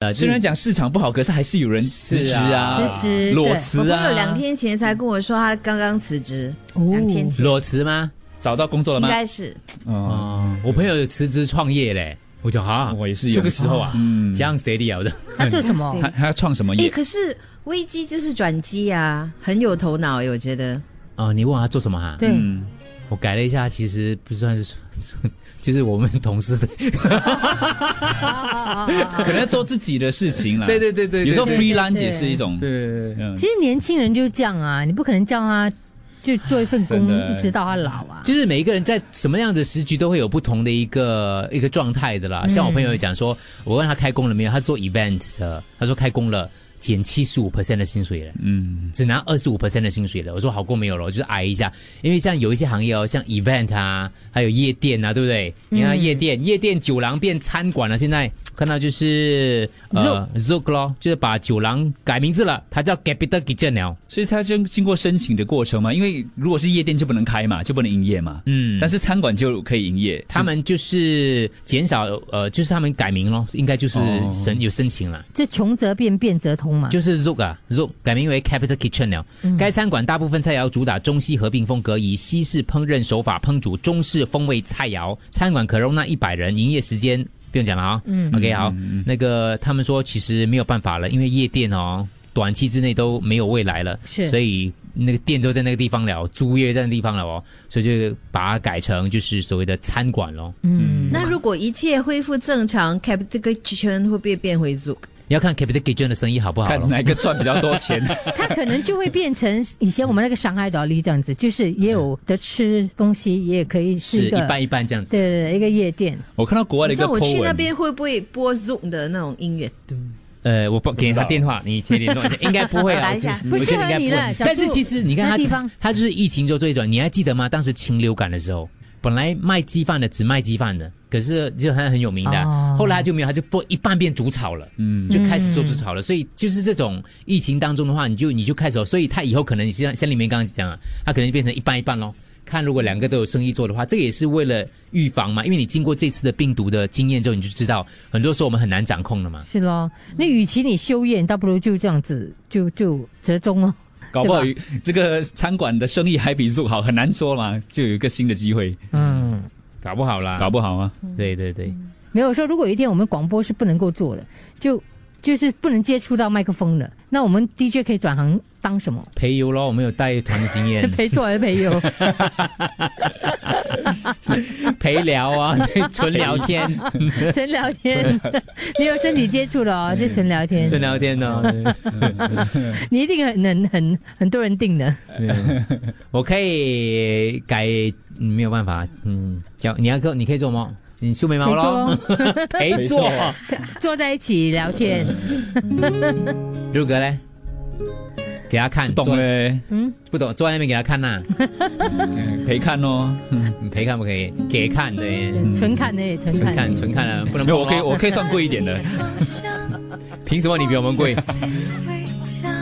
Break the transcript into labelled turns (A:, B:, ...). A: 呃，
B: 虽然讲市场不好，可是还是有人辞职啊，
C: 辞职
B: 裸
C: 对
B: 辞
D: 我朋友两
B: 啊，
D: 天前才跟我说他刚刚辞职，两天前
A: 裸辞吗？
B: 找到工作了
D: 应
B: 吗？
D: 该是
B: 嗯，
A: 哦，我朋友辞职创业嘞，我讲啊，
B: 我也是有
A: 这个时候啊，
B: 嗯，
A: 这样 steady 啊我的，
C: 他做什么？
B: 他他要创什么
D: 哎，
B: 业？
D: 可是危机就是转机啊，很有头脑哎，我觉得
A: 哦，你问我他做什么哈、
C: 对，
B: 嗯，
A: 我改了一下，其实不算是， 就是我们同事 的，
B: 可能要做自己的事情啦。
A: 对对对对对
B: 有时候
A: 对
B: freelance 也是一种，
A: 对
B: 嗯，
C: 其实年轻人就这样啊，你不可能叫他就做一份
B: 真
C: 工
B: 的
C: 一直到他老啊。
A: 就是每一个人在什么样的时局都会有不同的一个一个状态的啦。像我朋友也讲说，我问他开工了没有，他做 event 的，他说开工了，减七十五 percent 的薪水了，
B: 嗯，
A: 只拿二十五 percent 的薪水了。我说好过没有了，我就是挨一下，因为像有一些行业哦，像 event 啊，还有夜店啊，对不对？你看夜店，夜店酒廊变餐馆了，现在。看到就是呃 Zook 咯，就是把酒廊改名字了，它叫 Capital Kitchen 了。
B: 所以他经经过申请的过程嘛，因为如果是夜店就不能开嘛，就不能营业嘛，
A: 嗯，
B: 但是餐馆就可以营业。
A: 他们就是减少呃，就是他们改名咯，应该就是
B: 哦
A: 申、有申请了，
C: 这穷则变，变则通嘛。
A: 就是 Zook 啊，Zook 改名为 Capital Kitchen 了。该餐馆大部分菜肴主打中西合并风格，以西式烹饪手法烹煮中式风味菜肴。餐馆可容纳一百人，营业时间不用讲了啊、嗯，OK 好，那个他们说其实没有办法了，因为夜店哦。短期之内都没有未来了，
C: 是
A: 所以那个店都在那个地方了，租约在那个地方了哦，所以就把它改成就是所谓的餐馆咯。
C: 嗯，
D: 那如果一切恢复正常，Capital Kitchen 会不会变回 Zook？
A: 要看 Capital Kitchen 的生意好不好咯
B: 看哪个赚比较多钱，
C: 他可能就会变成以前我们那个上海岛里这样子，就是也有的吃东西，也可以是
A: 是
C: 一
A: 一
C: 个
A: 半一半这样子。
C: 对对对一个夜店。
B: 我看到国外的
D: 你
B: 一
D: 知
B: 个
D: 道我
B: po
D: 去那
B: 文，
D: 边会不会播 Zook 的那种音乐？
A: 呃，我不给
B: 不知
A: 他
B: 道
A: 电话，你接联 络一下，应该不会啊。
D: 打
A: 我
D: 一
A: 觉
D: 下
A: 得
C: 不
A: 我觉得
C: 适合
A: 应该
C: 你
A: 不会
C: 了小
A: 但是
C: 杜
A: 其实你看
C: 那
A: 他，
C: 地
A: 他
C: 方
A: 他就是疫情之后最转，你还记得吗？当时禽流感的时候，本来卖鸡饭的只卖鸡饭的，可是就他很有名的，啊
C: 哦
A: 后来他就没有，他就不一半变煮炒了，嗯，就开始做煮炒了。所以就是这种疫情当中的话，你就你就开始哦，所以他以后可能像像里面刚刚讲啊，他可能就变成一半一半咯。看，如果两个都有生意做的话，这个也是为了预防嘛，因为你经过这次的病毒的经验之后，你就知道很多时候我们很难掌控了嘛。
C: 是咯，那与其你修业，你倒不如就这样子，就就折中哦。
B: 搞不好这个餐馆的生意还比 Zook 好，很难说嘛，就有一个新的机会，
C: 嗯，
A: 搞不好啦，
B: 搞不好啊。
A: 对对对，
C: 没有说，如果有一天我们广播是不能够做的，就就是不能接触到麦克风的，那我们 DJ 可以转行当什么？
A: 陪游咯，我们有带团的经 验，
C: 陪做还是陪游？
A: 陪聊啊， 纯聊天，
C: 纯聊天，没有身体接触的
A: 嗯
C: 哦，就纯聊天。
A: 纯聊天哦。对
C: 你一定很很很很多人定的。
A: 我可以改，嗯没有办法，嗯，叫你要做，你可以做梦，你修眉毛咯，哎陪做。
C: 哦
A: 啊
C: 坐在一起聊天，
A: 如哥嘞，给他看，
B: 不懂哎
A: 坐
B: 嘞，
A: 不懂，坐在那边给他看 呐，
B: 可以看哦。
A: 你陪看不可以？给看对，
C: 纯看的也纯
A: 纯
C: 看。
A: 嗯看纯看啊，不能
B: 没有，我
A: 碰
B: 可以，
A: 咯
B: 我可以算贵一点的。
A: 凭什么你比我们贵？
E: 回家。